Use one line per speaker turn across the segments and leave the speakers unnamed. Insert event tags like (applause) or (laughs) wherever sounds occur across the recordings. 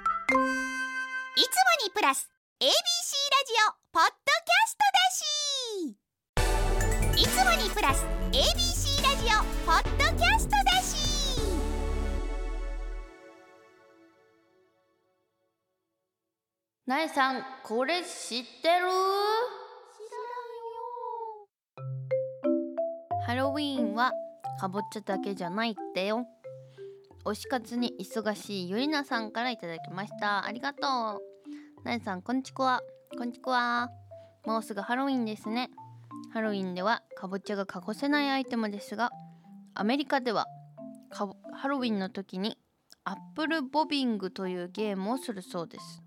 いつもにプラス ABC ラジオポッドキャストだしいつもにプラス ABC ラジオポッドキャストだし
なえさんこれ知ってるハロウィーンはかぼちゃだけじゃないってよ推し活に忙しいゆりなさんからいただきましたありがとうなえさんこんちくわこんちくわもうすぐハロウィンですねハロウィンではかぼちゃが欠かせないアイテムですがアメリカではかぼハロウィンの時にアップルボビングというゲームをするそうです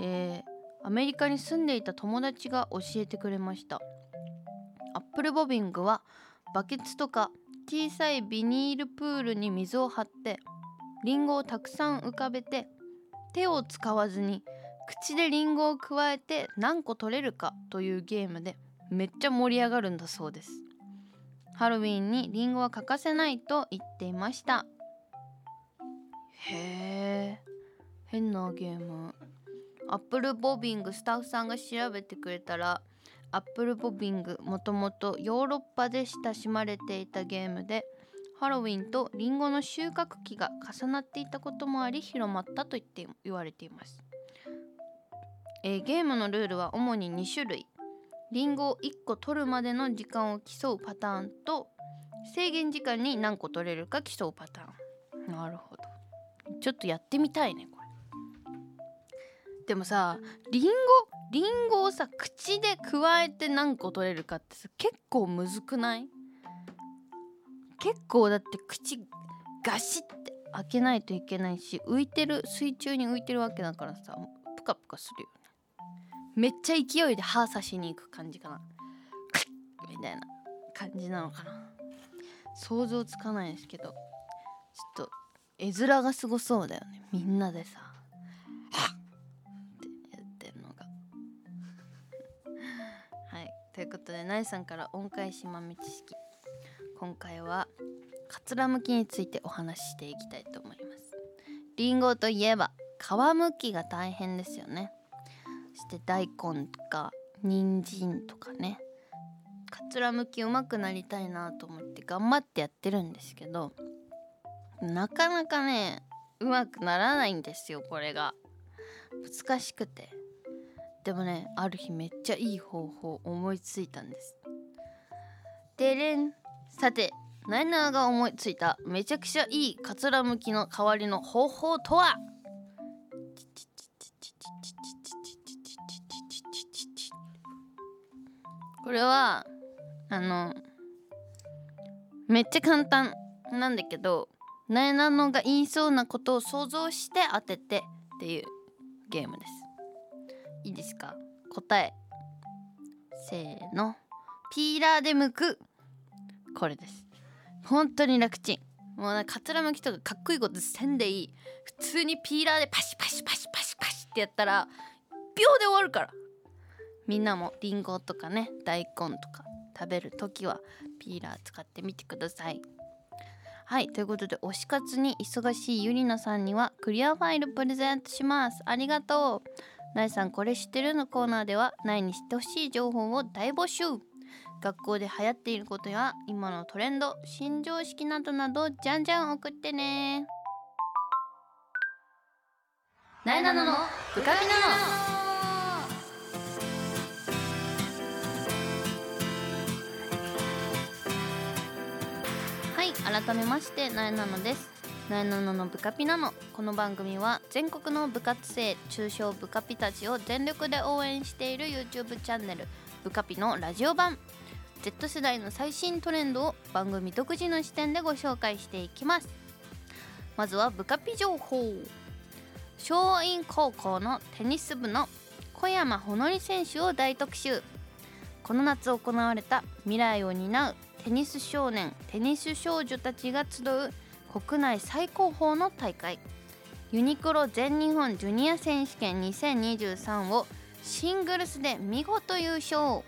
えーアメリカに住んでいた友達が教えてくれましたアップルボビングはバケツとか小さいビニールプールに水を張ってリンゴをたくさん浮かべて手を使わずに口でリンゴをくわえて何個取れるかというゲームでめっちゃ盛り上がるんだそうですハロウィンにリンゴは欠かせないと言っていましたへえ変なゲームアップルボビングスタッフさんが調べてくれたらアップルボビングもともとヨーロッパで親しまれていたゲームでハロウィンとリンゴの収穫期が重なっていたこともあり広まったと言って言われています、えーゲームのルールは主に2種類リンゴを1個取るまでの時間を競うパターンと制限時間に何個取れるか競うパターンなるほどちょっとやってみたいねこれでもさリンゴリンゴをさ口で加えて何個取れるかってさ結構むずくない結構だって口ガシッて開けないといけないし浮いてる水中に浮いてるわけだからさプカプカするよねめっちゃ勢いで歯刺しに行く感じかなクッみたいな感じなのかな想像つかないですけどちょっと絵面がすごそうだよねみんなでさってやってるのが (laughs) はいということでナイさんから音階島目知識今回はかつらむきについてお話ししていきたいと思いますりんごといえば皮むきが大変ですよねそして大根とか人参とかねかつらむきうまくなりたいなと思って頑張ってやってるんですけどなかなかねうまくならないんですよこれが難しくてでもねある日めっちゃいい方法思いついたんですでれんさてナイナーが思いついためちゃくちゃいいかつらむきの代わりの方法とはこれはあのめっちゃ簡単なんだけどなえなのが言いそうなことを想像して当ててっていうゲームですいいですか答えせーのピーラーで剥くこれです本当に楽ちんもうなんかかつらむきとかかっこいいことせんでいい普通にピーラーでパシパシパシパシパシってやったら秒で終わるからみんなもリンゴとかね大根とか食べる時はピーラー使ってみてくださいはいということで推し活に忙しいゆりなさんにはクリアファイルプレゼントしますありがとうなえさんこれ知ってるのコーナーではなえに知ってほしい情報を大募集学校で流行っていることや今のトレンド新常識などなどじゃんじゃん送ってねなえなののブカミナはい改めましてなえなのですなえなののブカピなのこの番組は全国の部活生中小部カピたちを全力で応援している YouTube チャンネルブカピのラジオ版 Z 世代の最新トレンドを番組独自の視点でご紹介していきますまずはブカピ情報昭和院高校のテニス部の小山ほのり選手を大特集この夏行われた未来を担うテニス少年テニス少女たちが集う国内最高峰の大会ユニクロ全日本ジュニア選手権2023をシングルスで見事優勝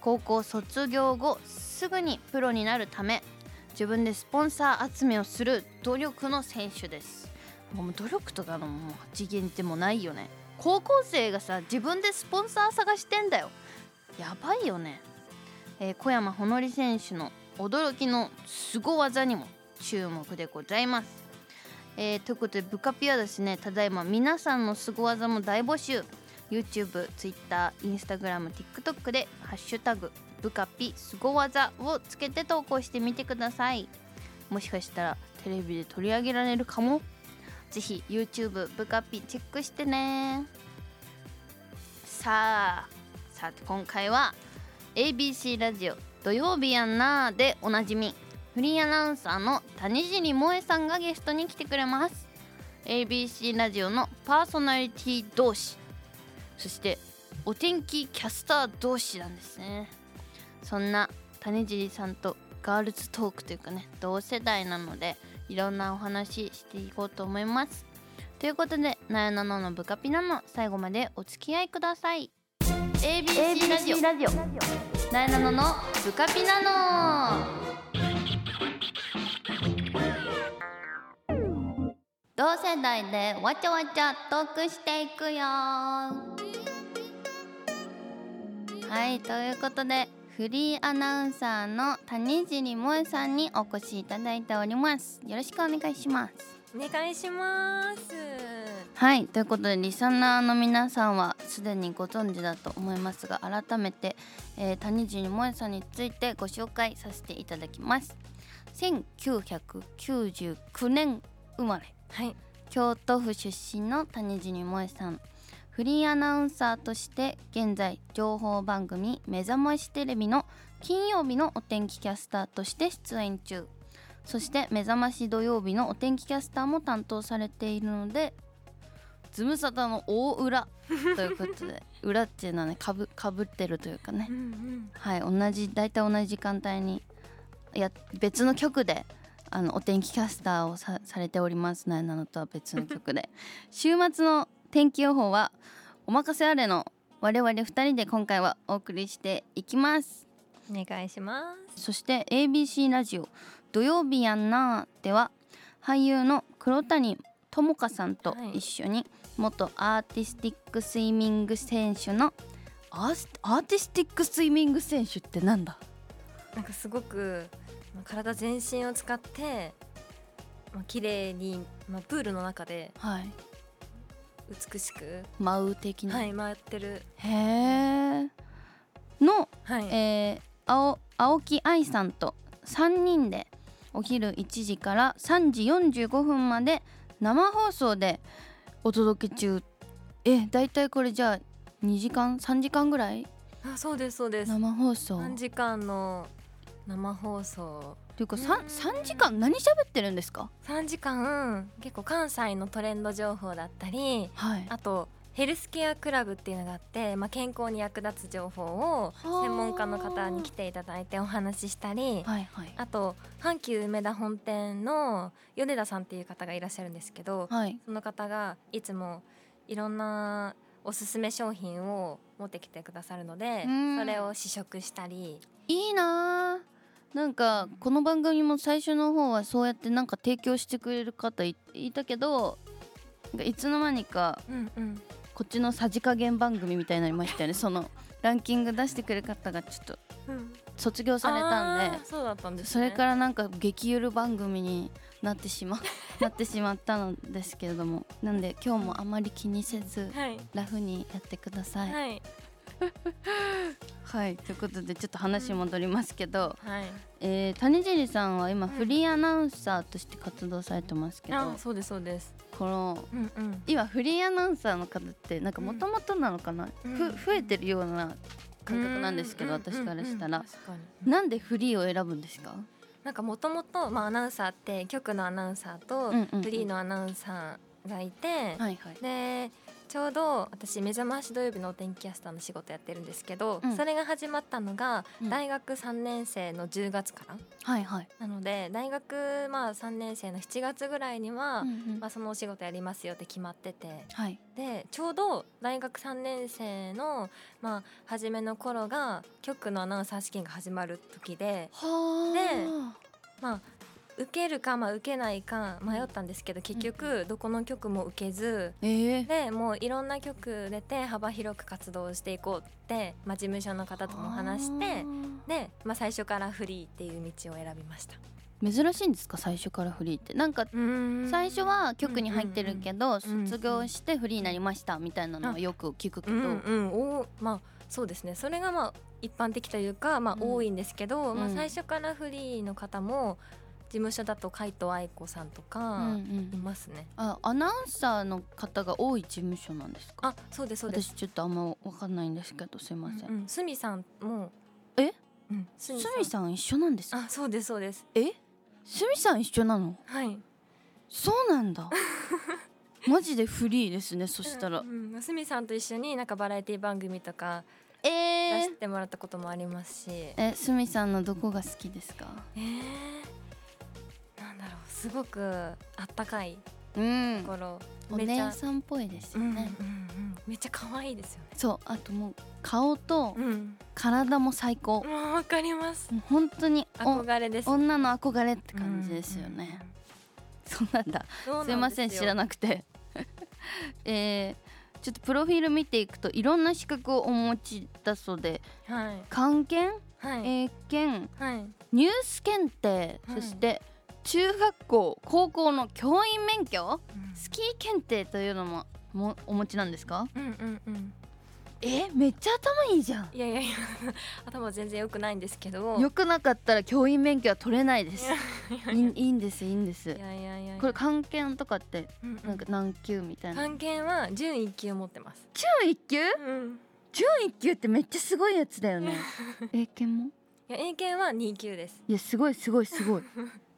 高校卒業後すぐにプロになるため自分でスポンサー集めをする努力の選手ですもう努力とかのもう次元でもないよね高校生がさ自分でスポンサー探してんだよやばいよね、えー小山ほのり選手の驚きのすご技にも注目でございます、えーということでブカピはですねただいま皆さんのすご技も大募集 YouTube、Twitter、Instagram、TikTok で「ハッシュタグブカピすご技」をつけて投稿してみてくださいもしかしたらテレビで取り上げられるかもぜひ YouTube ブカピチェックしてねさあさて今回は ABC ラジオ土曜日やんなーでおなじみフリーアナウンサーの谷尻萌さんがゲストに来てくれます ABC ラジオのパーソナリティ同士そしてお天気キャスター同士なんですねそんな種尻さんとガールズトークというかね同世代なのでいろんなお話ししていこうと思いますということで「なよなののブカピナ」の最後までお付き合いください ABC ラジオ
ジオ
なえなののブカピナノ同世代でわちゃわちゃトークしていくよはいということでフリーアナウンサーの谷尻萌さんにお越しいただいておりますよろしくお願いします
お願いします。
はいということでリサナーの皆さんはすでにご存知だと思いますが改めて、えー、谷尻萌さんについてご紹介させていただきます1999年生まれ
はい。
京都府出身の谷尻萌さんフリーアナウンサーとして現在情報番組「目覚ましテレビ」の金曜日のお天気キャスターとして出演中そして「目覚まし土曜日」のお天気キャスターも担当されているのでズムサタの大裏ということで裏っていうのはねかぶかぶってるというかね
うんうん。
はい同じ大体同じ時間帯にや別の局であのお天気キャスターをさされておりますなえなのとは別の局 (laughs) で週末の天気予報はお任せあれの我々2人で今回はお送りしていきます
お願いします。
そして ABC ラジオ「土曜日やんな」では俳優の黒谷友香さんと一緒に元アーティスティックスイミング選手のアースアーティスティックスイミング選手ってなんだ
なんかすごくまあ体全身を使って、まあ綺麗にまあプールの中で
はい
美しく、
舞う的な、
はい回ってる。
へえの、
はい。
えー、青青木愛さんと3人でお昼1時から3時45分まで生放送でお届け中えだいたいこれじゃあ2時間3時間ぐらい
あそうですそうです。
生放送
三時間の生放送。
というか 3, 3時間何喋ってるんですか
三時間結構関西のトレンド情報だったり、
はい
あとヘルスケアクラブっていうのがあって、まあ、健康に役立つ情報を
はあ
専門家の方に来ていただいてお話ししたり
はいはい
あと阪急梅田本店の米田さんっていう方がいらっしゃるんですけど
はい
その方がいつもいろんなおすすめ商品を持ってきてくださるので
うん
それを試食したり
いいなあなんかこの番組も最初の方はそうやってなんか提供してくれる方いいたけどなんかいつの間にか
うんうん
こっちのさじ加減番組みたいになりましたよねそのランキング出してくれる方がちょっと卒業されたんで
あーそうだったんです、ね、
それからなんか激ゆる番組になってしま (laughs) なってしまったのですけれどもなんで今日もあまり気にせず
はい
ラフにやってください。はい、
はい
ということでちょっと話戻りますけど、
はい
えー、谷尻さんは今
ん
フリーアナウンサーとして活動されてますけど、
あそうですそうです
この
うんうん
今フリーアナウンサーの方ってなんかもともとなのかな、
うん
ふ増えてるような感覚なんですけど、
う
私からしたら
うんうんうん、確かに
なんでフリーを選ぶんですか
なんかもともとアナウンサーって局のアナウンサーと
うんうんうん
フリーのアナウンサーがいて、
はいはい
でちょうど私目覚まし土曜日のお天気キャスターの仕事やってるんですけど、
うん
それが始まったのが
うん
大学3年生の10月から、
はいはい、
なので大学まあ3年生の7月ぐらいには、
うんうん
まあ、そのお仕事やりますよって決まってて
はい
でちょうど大学3年生の、まあ、初めの頃が局のアナウンサー試験が始まる時で
は
まあ受けるか、まあ、受けないか迷ったんですけど結局どこの曲も受けず
ええ
でもういろんな曲出て幅広く活動していこうって、まあ、事務所の方とも話してで、まあ、最初からフリーっていう道を選びました。
珍しいんですか最初からフリーってなんか最初は曲に入ってるけ
うん
ど、
うん
卒業してフリーになりましたみたいなのはよく聞くけ
う
ど、
んうん、おまあそうですねそれがまあ一般的というか、まあ、
うん
多いんですけど、まあ、
うん
最初からフリーの方も事務所だと海藤愛子さんと
う
か
んうん
いますね。
あアナウンサーの方が多い事務所なんですか
あそうですそうです。
私ちょっとあんまわかんないんですけどすいません、
うんうん、すみさんも
え
うん、す
すみさん一緒なんですか
あそうですそうです
えすみさん一緒なの
はい
そうなんだマジでフリーですねそしたら
うん、すみさんと一緒になんかバラエティ番組とか
え
出
ー
してもらったこともありますし、え
えすみさんのどこが好きですか
ーなんだろうすごくあったかい
うん
ところ、
お
めちゃ
姉さんっぽいです
う
よ
んうんう
ね、
ん、めっちゃ可愛いですよね
そうあともう顔と
うん
体も最高、
もうわかります
もう本当にお
憧れです
女の憧れって感じですよね、そうなんだすいません知ら
ない
なくて (laughs) えーちょっとプロフィール見ていくといろんな資格をお持ちだそうで
はい
漢検、
はい
英検
はい
ニュース検定、
はい
そして中学校高校の教員免許スキー検定というのももお持ちなんですか
うんうんうん
えめっちゃ頭いいじゃん
いやいやいや (laughs) 頭全然良くないんですけど
良くなかったら教員免許は取れないですいいいいんですいいんです
いやいやいや
これ漢検とかって
うんう
なんか何級みたいな
関係は準一級を持ってます。
中1級
うん。
準1級ってめっちゃすごいやつだよね (laughs) 英検も
いや英検は二級です。
いやすごいすごいすごい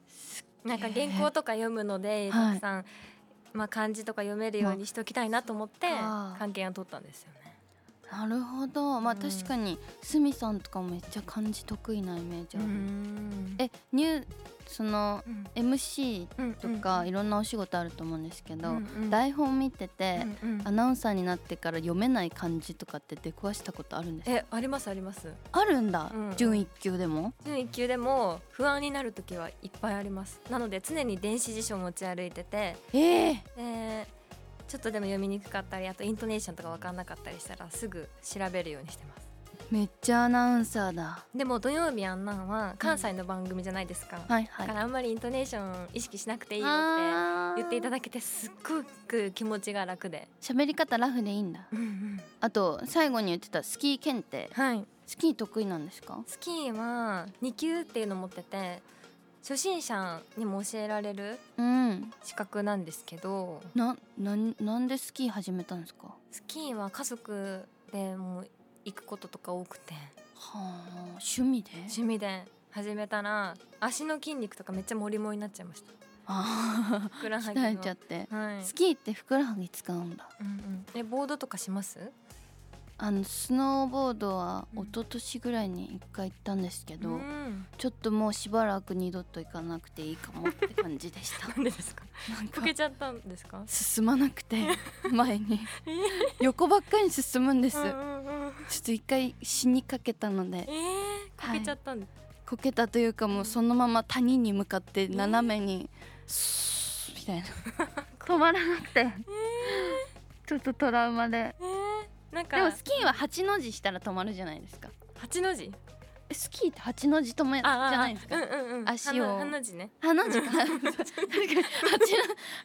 す
なんか原稿とか読むので、
は
たく
い
さん、まあ漢字とか読めるようにしておきたいなと思って
まあそっか
関係を取ったんですよね。
なるほどまあ
うん
確かにすみさんとかもめっちゃ漢字得意なイメージある、
ん
えニューその
うん
MC
うん
とかいろんなお仕事あると思うんですけど、
うんうん
台本見てて、
うんうん
アナウンサーになってから読めない漢字とかって出くわしたことあるんですか
えありますあります。
あるんだ、
うん
準一級でも
準一級でも不安になる時はいっぱいあります。なので常に電子辞書を持ち歩いてて、
ええ
でちょっとでも読みにくかったりあとイントネーションとか分かんなかったりしたらすぐ調べるようにしてます。
めっちゃアナウンサーだ
でも土曜日あんなんは関西の番組じゃないですか、
はいは
だ
い
からあんまりイントネーション意識しなくていいよって
あー
言っていただけてすっごく気持ちが楽で、
喋り方ラフでいいんだあと最後に言ってたスキー検定
はい
スキー得意なんですか
スキーは2級っていうのを持ってて初心者にも教えられる
うん
資格なんですけど
ななんなんでスキー始めたんですか
スキーは家族でもう行くこととか多くて
はあ趣味で
趣味で始めたら足の筋肉とかめっちゃモリモリになっちゃいました
あ
ふくら
あ (laughs)
はぎの
鍛えちゃって、
はい
スキーってふくらはぎ使うんだ
うんうんえボードとかします
あのスノーボードは
うん
一昨年ぐらいに一回行ったんですけど、
ん
ちょっともうしばらく二度と行かなくていいかもって感じでした (laughs)
なんでですか。
なん
こ
か
けちゃったんですか。
進まなく (laughs) て前に横ばっかり進むんです
うん
ちょ
うんうん
っと一回死にかけたので
ええー、こけちゃったんで、
こけたというかもうそのまま谷に向かって斜めにスーッみたいな止まらなくてちょっとトラウマで
ええー、なん
でも
か
スキーは8の字したら止まるじゃないですか
八の字。
えスキーって8の字止めじ
ああ
ゃないですか
うんうんうん。
足を
八の八の字ね。
8の字か確かに8の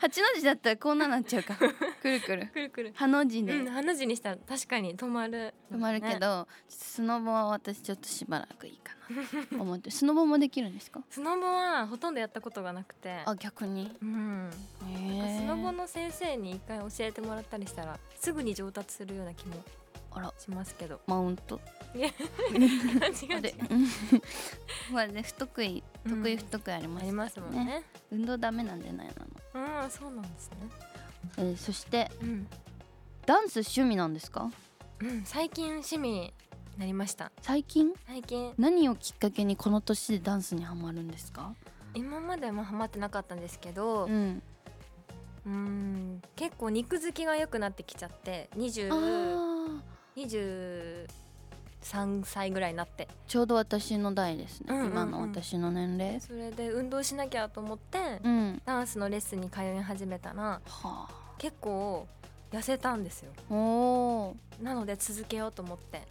八の字だったらこんななっちゃうかくるくる
くるくる。
ハの字
うん、
で
八の字にしたら確かに止まる、
止まるけ。ど、スノボは私ちょっとしばらくいいかなと思ってスノボもできるんですか
スノボはほとんどやったことがなくて。
あ逆に
うん。
へ
ス
ー
ノボの先生に一回教えてもらったりしたらすぐに上達するような気も
あら
しますけど
マウント
違う違
あれ
う、
(laughs) まあね、不得意、
うん
得意不得意あります
ありますもんね
運動ダメなんじゃないなの。
うんそうなんですね
えーそして、
うん、
ダンス趣味なんですか。
うん、最近趣味になりました
最近、
最近
何をきっかけにこの年でダンスにハマるんですか。
今までもハマってなかったんですけど
ん、
うん結構肉付きが良くなってきちゃって
ああ、
2020 3歳ぐらいになって
ちょうど私の代ですね、
うんうんうん
今の私の年齢
それで運動しなきゃと思って、
うん
ダンスのレッスンに通い始めたら
は
結構痩せたんですよ
あおー
なので続けようと思って、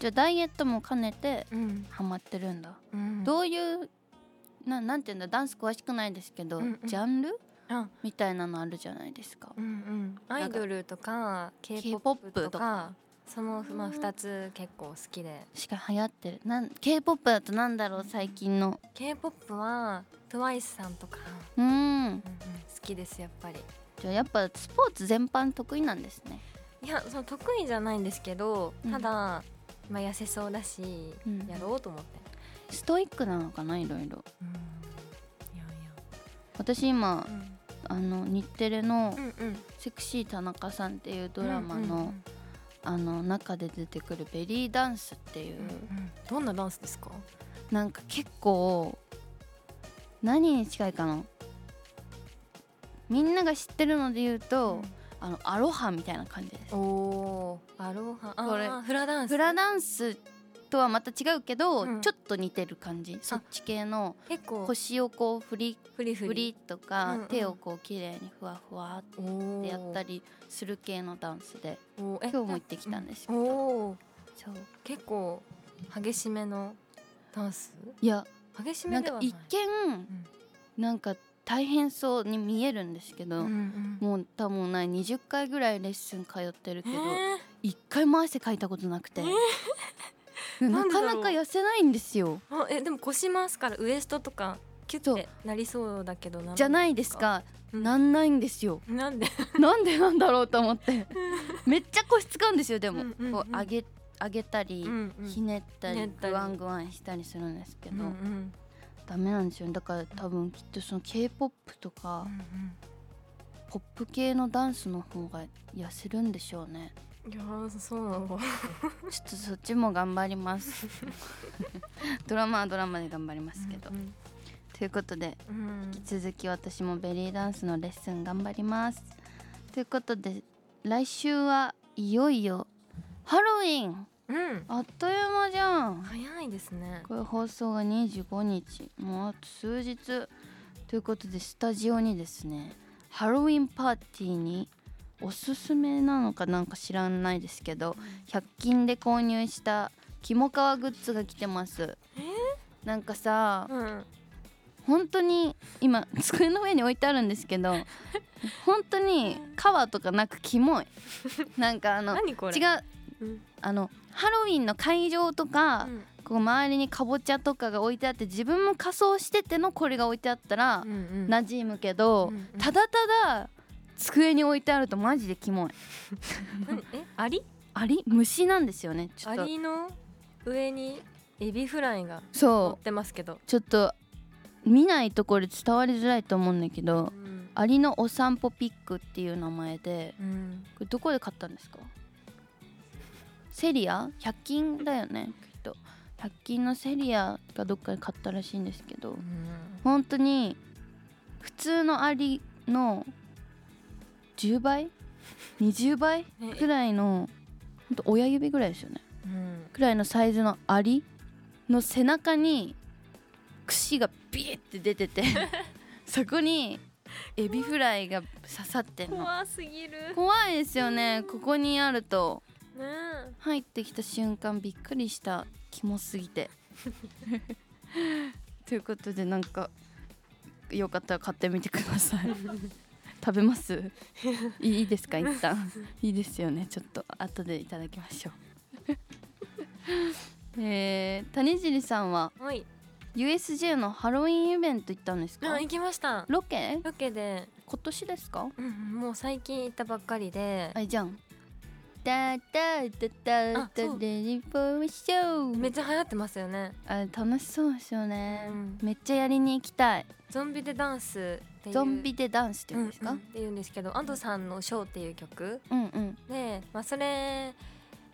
じゃあダイエットも兼ねて
うん
ハマってるんだ、
うん
どういうななんていうんだダンス詳しくないですけど、
うんうん
ジャンル
あ
みたいなのあるじゃないですか
うんうん、アイドルとか k p o
K-POP
p と
と
か
か
その、まあ、2つ結構好きで
しか流行ってるなん K-POP だとなんだろう最近の
k p o p は TWICE さんとか、
うん
うんうん、好きですやっぱり
じゃあやっぱスポーツ全般得意なんですね
いやその得意じゃないんですけど
うん
ただ、まあ、痩せそうだし、
うん
やろうと思って、
ストイックなのかないろいろ
うん、いや
私今
いや、
あの日テレの
うん、うんうん
「セクシー田中さん」っていうドラマの、
うんうん
あの中で出てくる「ベリーダンス」っていう、
うんどんなダンスですか
なんか結構何に近いかなみんなが知ってるので言うと、あのアロハみたいな感じです
おーアロハあ
これ
ーフラダンス
フラダンスとはまた違うけど、
うん
ちょっと似てる感じそっち系の
結構
腰をこう振り
フリ
振
フリ
りとか、
うんうん
手をこう綺麗にふわふわっ
おー
てやったりする系のダンスで
おーえ
今日も行ってきたんですけど、
おー
そう
結構激しめのダンス
いや
激し
な
め
ん
で
か
はない
一見なんか大変そうに見えるんですけど、
うんうん
もう多分ない20回ぐらいレッスン通ってるけど
え
一回も汗かいたことなくて、
な
なん
でだ
か
ろう
なか痩せないんですよ
ーあえでも腰回すからウエストとかキュッ
そ
てなりそうだけど
じゃ
い
ないですか、
うん
なんないんですよ (laughs)
なんで (laughs)
なんでなんだろうと思ってめっちゃ腰使うんですよでも、
うんうんうん
こう上げ上げたり、
うんうん
ひねった
ひ
り
ねったり
グワングワンしたりするんですけ
う
ど、
んうん
ダメなんですよだから多分きっとその k p o p とか、ポップ系のダンスの方が痩せるんでしょうね
いやーそうなのか
ちょっとそっちも頑張ります
(laughs)
ドラマはドラマで頑張りますけど、
うん
ということで
うんうん
引き続き私もベリーダンスのレッスン頑張りますということで来週はいよいよハロウィン
うん
あっという間じゃん
早いですね
これ放送が25日もうあと数日ということでスタジオにですねハロウィンパーティーにおすすめなのかなんか知らないですけど100均で購入したキモカワグッズが来てます
え
なんかさ
うん
本当に今机の上に置いてあるんですけど本当に革とかなくキモいなんかあの違
何これ
う
うん
あのハロウィンの会場とか、
うん
こう周りにかぼちゃとかが置いてあって自分も仮装しててのこれが置いてあったら
うんうん
馴染むけど、
うんうん
ただただ机に置いてあるとマジでキモい
何えアリ
アリ虫なんですよねちょ
ア
っと
リの上にエビフライが乗
そ
ってますけど
うちょっと見ないとこれ伝わりづらいと思うんだけど
うん
アリのお散歩ピックっていう名前で
うん
これどこで買ったんですかセリア100均だよねきっと100均のセリアがどっかで買ったらしいんですけど
うん
本当に普通のアリの10倍20倍
ね
くらいのほんと親指ぐらいですよね
うん
くらいのサイズのアリの背中に櫛がビーって出ててそこにエビフライが刺さってんの
怖すぎる
怖いですよねここにあると
ねえ
入ってきた瞬間びっくりしたキモすぎて (laughs) ということでなんかよかったら買ってみてください (laughs) 食べますいいいですか一旦いいですよねちょっと後でいただきましょう (laughs) えー、谷尻さんは
はい
USJ のハロウィンイベント行ったんですか
あ行きました
ロケ
ロケで、
今年ですか
うんうん、もう最近行ったばっかりで
あれじゃんダダダダ
あそ
ダ
う
レリポーショー
めっちゃ流行ってますよね
あ楽しそうですよね、
うん
めっちゃやりに行きたい
ゾンビでダンスっていう
ゾンビでダンスって言うんです
う
か
んうんっていうんですけど安藤さんの「ショー」っていう曲
うんうん、
で、まあ、それ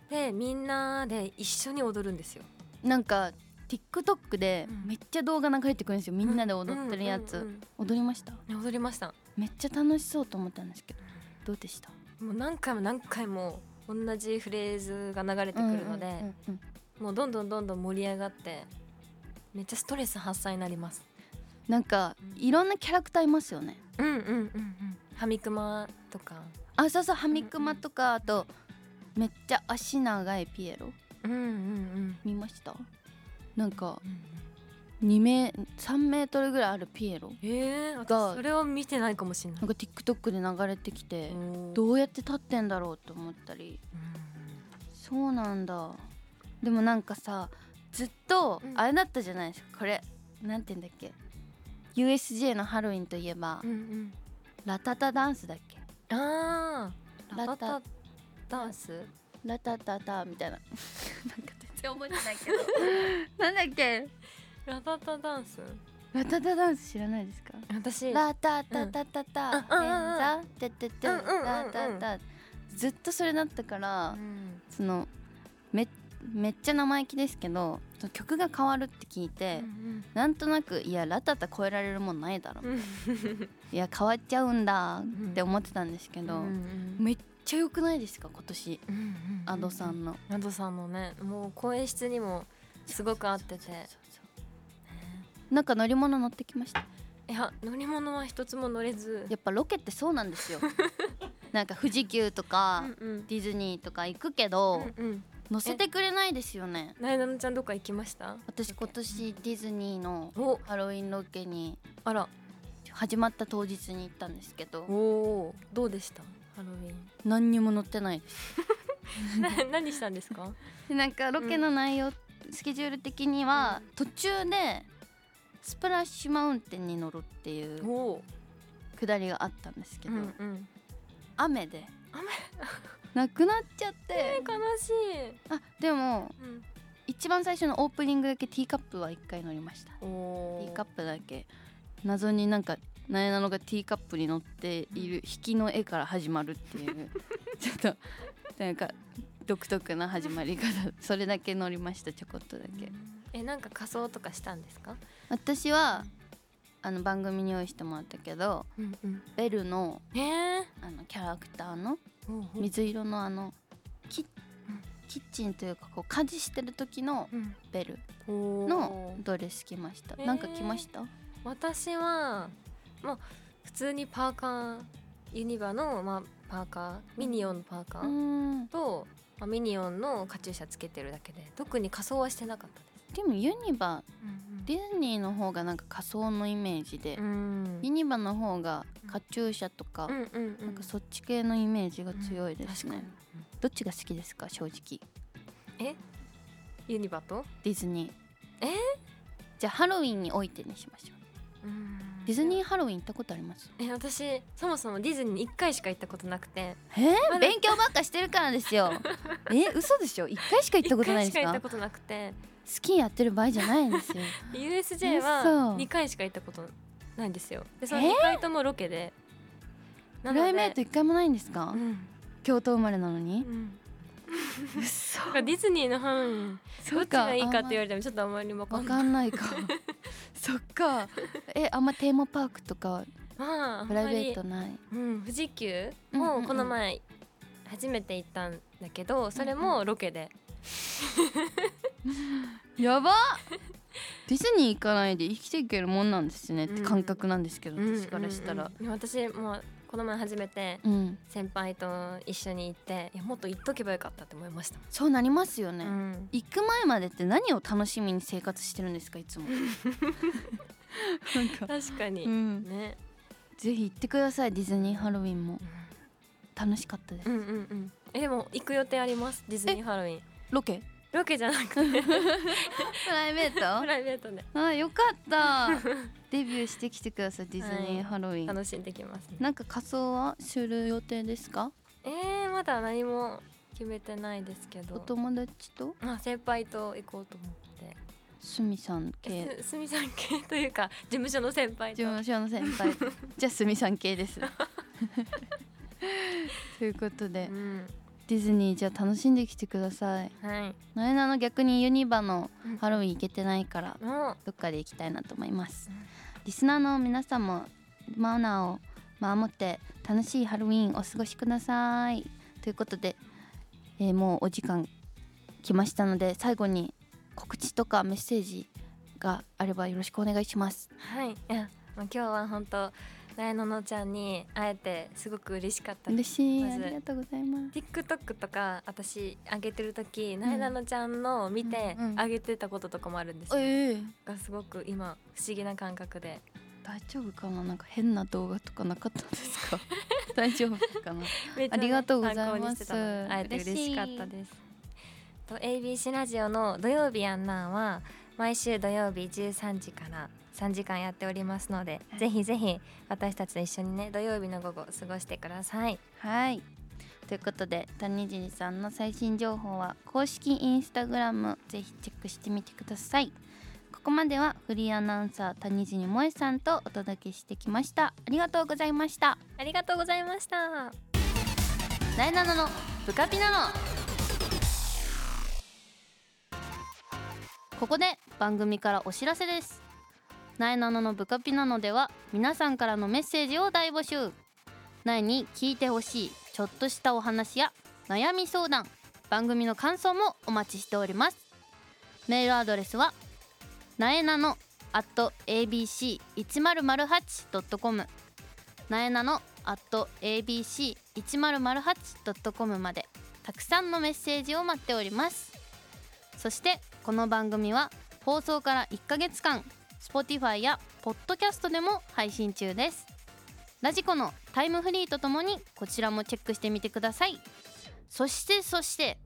でみんなで一緒に踊るんですよ
なんか TikTok で
うん
めっちゃ動画流れてくるんですよみんなで踊ってるやつ、
うんうん
踊りました
うんね踊りました
めっちゃ楽しそうと思ったんですけどどうでした
もう何回も何回も同じフレーズが流れてくるので、
うんうんうん
もうどんどんどんどん盛り上がってめっちゃストレス発散になります
なんかいろんなキャラクターいますよね
うんうんうんうんハミクマとか
あそうそうハミクマとかあとめっちゃ足長いピエロ
うんうんうん
見ましたなんか2メ3メートルぐらいあるピエロ
ええ
が
私それは見てないかもしれない
なんか TikTok で流れてきて
おー
どうやって立ってんだろうと思ったりそうなんだでもなんかさずっと
うん
あれだったじゃないですかこれなんて言うんだっけ USJ のハロウィンといえば
うんうん
ラタタダンスだっけ
うんああ
ラ
ラタ
タ
タダンス
ラタタタみたいななんか全然覚えてないけど (laughs) なんだっけ
ラタタダンス
ラタタダンス知らないですか
私
ラタタタタタ
うんあ
変座ててて
うんうんうんうん
ラタタずっとそれだったから、
うん
そのめめっちゃ生意気ですけどその曲が変わるって聞いて、
うん
なんとなくいやラタタ超えられるもんないだろ、
うん
いや変わっちゃうんだ
ん
って思ってたんですけど、
うん
めっちゃ良くないですか今年
うんうん
アドさんの。
アドさんのねもう公演室にもすごく合ってて
そうそうそうなんか乗り物乗ってきました
いや乗り物は一つも乗れず
やっぱロケってそうなんで
(laughs)
すよなんか富士急とか、
うんうん
ディズニーとか行くけど、
うんうん
乗せてくれないですよね
なえなのちゃんどっか行きました
私今年ディズニーの
お
ハロウィンロケに
あら
始まった当日に行ったんですけど
おおどうでしたハロウ
何にも乗ってないです
ィン (laughs) な何したんです
(laughs)
か
でなんかロケの内容、スケジュール的には
う
途中でスプラッシュマウンテンに乗るっていう
おお
くだりがあったんですけ
う
ど、
んうん
雨で (laughs) なくなっちゃって
え悲しい
あでも
うん
一番最初のオープニングだけティーカップは一回乗りました
お
ティ
ー
ーカップだけ謎になんかなえなのがティーカップに乗っている引きの絵から始まるっていう
(laughs)
ちょっとなんか独特な始まり方それだけ乗りましたちょこっとだけ
えなんか仮装とかしたんですか
私はあの番組に用意してもらったけど
うんうん
ベルの
えー
あのキャラクターの
おー
水色のあのキッキッチンというかこう家事してる時の
うん
ベル
おー
のドレス着ました
へー
なんか着ました
私はまあ普通にパーカーユニバの、まあ、パーカーミニオンのパーカ
うー
ー
ん
と、まあ、ミニオンのカチューシャつけてるだけで特に仮装はしてなかったです。
でもユニバ
うん
ディズニーの方がなんか仮装のイメージで、
うん
ユニバの方がカチューシャとか、
うんうんうん、
なんかそっち系のイメージが強いですね、
うん確
どっちが好きですか正直
かにえユニバと
ディズニー
え
じゃあハロウィンにおいてにしましょうディズニー
ー
ハロウィン行ったことあります
え私そもそもディズニー1回しか行ったことなくて
えー、勉強ばっかしてるからですよ (laughs) え嘘でしょ一回しか行ったことな
回
いで
し
す
か行っ
か
たことなくて
スキーやってる場合じゃないんですよ
USJ
嘘
は2回しか行ったことないんですよでその
えー
2回ともロケで、
プ
(laughs) な
ラ
の
イベー
で
ト一回もないんですか、
うん
京都生まれなの
う
に
ん、
嘘
(laughs) ディズニーのハロウィンどっちがいいかって言われてもちょっとあんまりわか
わ
んない
かんないか (laughs) そっかえあんまテーマパークとか
まああん
プ
ま
ライ
り
ベートない
うん、富士急
うんうんうん
もこの前初めて行ったんだけどそれもロケで、
やばディズニー行かないで生きていけるもんなんですねって感覚なんですけど、私からした
う
ら
んうんうん私もこの前初めて
うん、
先輩と一緒に行っていやもっと行っとけばよかったって思いました、
そうなりますよね、
うん
行く前までって何を楽しみに生活してるんですかいつもなんか、
確かに、
うん、
ね、
ぜひ行ってくださいディズニーハロウィンも楽しかったです、
うん、うんうんうんえでも行く予定ありますディズニーハロウィン
ロケ
ロケじゃなくて
プライベ
プ
ート
ライベートで
あよかった (laughs) デビューしてきてくださいディズニーハロウィン、
楽しんできますね
なんか仮装はする予定ですか
えー、まだ何も決めてないですけ
お
ど、
友達と
まあ、先輩と行こうと思って
すみさん系
えすすみさん系というか事務所の先輩と
事務所の先輩 (laughs) じゃあすみさん系です
(laughs)
ということで
うん
ディズニーじゃあ楽しんできてください
はい
なえなの逆にユニバの
うん
ハロウィン行けてないから
もう
どっかで行きたいなと思います
うん
リスナーの皆さんもマナーを守って楽しいハロウィンお過ごしくださいということで、えーもうお時間来ましたので最後に告知とかメッセージがあればよろしくお願いします。
はい、いや、まあ、今日は本当なえののちゃんに会えてすごく嬉しかったです
嬉しい、
ま
あ
ず
りがとうございます。
TikTok とか私上げてる時なえなのちゃんのを見て
うんうん
上げてたこととかもあるんですよ、
ええ
がすごく今不思議な感覚で
大丈夫かななんか変な動画とかなかったです (laughs) か大丈夫かな
めっちゃ
ありがとうございま
参考にして
す
たので会えて嬉しかったですと ABC ラジオの土曜日やんなんは毎週土曜日13時から3時間やっておりますので、ぜひぜひ私たちと一緒にね土曜日の午後過ごしてください
はいということで谷尻さんの最新情報は公式インスタグラムぜひチェックしてみてくださいここまではフリーアナウンサー谷尻萌さんとお届けしてきましたありがとうございました
ありがとうございました
なえなののブカピナのここで番組からお知らせですなえなののブカピナのでは皆さんからのメッセージを大募集なえに聞いてほしいちょっとしたお話や悩み相談番組の感想もお待ちしておりますメールアドレスはなえなの at abc1008.com なえなの at abc1008.com までたくさんのメッセージを待っておりますそしてこの番組は放送から1ヶ月間 Spotify や Podcast でも配信中ですラジコのタイムフリーとともにこちらもチェックしてみてくださいそしてそして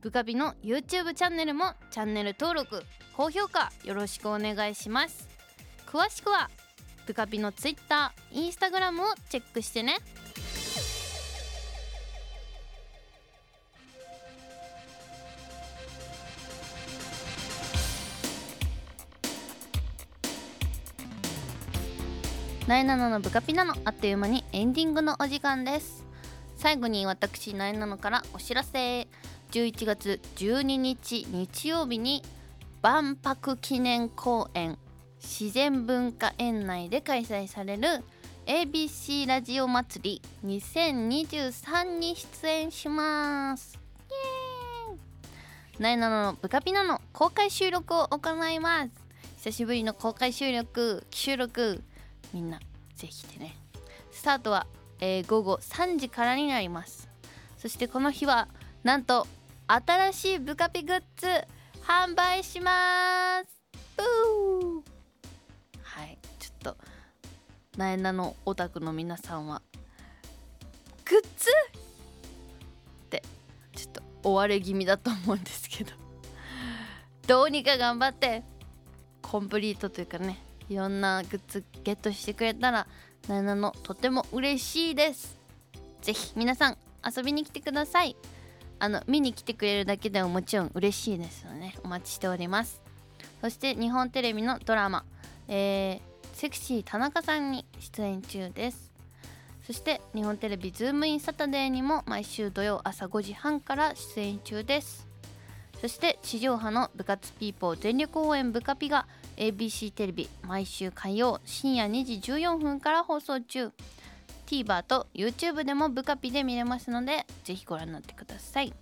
ブカビの YouTube チャンネルもチャンネル登録高評価よろしくお願いします詳しくはブカビの Twitter、Instagram をチェックしてねナイナナのブカピナのあっという間にエンディングのお時間です最後に私ナイナナからお知らせ11月12日日曜日に万博記念公園自然文化園内で開催される ABC ラジオ祭り2023に出演しますイエーイナイナナのブカピナの公開収録を行います久しぶりの公開収録収録みんなぜひ来てねスタートは、えー午後3時からになりますそしてこの日はなんと新しいブカピグッズ販売しますブーはいちょっとなえなのオタクの皆さんはグッズってちょっと追われ気味だと思うんですけどどうにか頑張ってコンプリートというかねいろんなグッズゲットしてくれたらなえなのとても嬉しいですぜひ皆さん遊びに来てくださいあの見に来てくれるだけでももちろん嬉しいですので、ね、お待ちしておりますそして日本テレビのドラマ、えーセクシー田中さんに出演中ですそして日本テレビズームインサタデーにも毎週土曜朝5時半から出演中ですそして地上波の部活ピーポー全力応援ブカピが ABC テレビ毎週火曜深夜2時14分から放送中 TVer と YouTube でもブカピで見れますのでぜひご覧になってください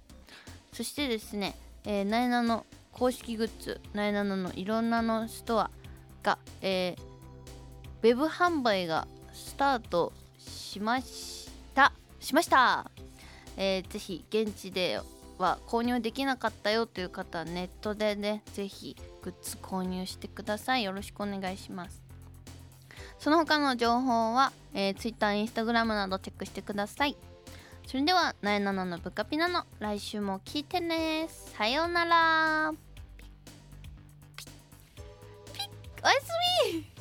そしてですね、えー、ナエナの公式グッズナエナナのいろんなのストアが、えー、ウェブ販売がスタートしましたしました、えーぜひ現地では購入できなかったよという方はネットでねぜひグッズ購入してくださいよろしくお願いしますその他の情報は、えー、Twitter、Instagram などチェックしてくださいそれでは、なえなののブカピナの来週も聞いてね。さようなら。ピッピッピッおやすみ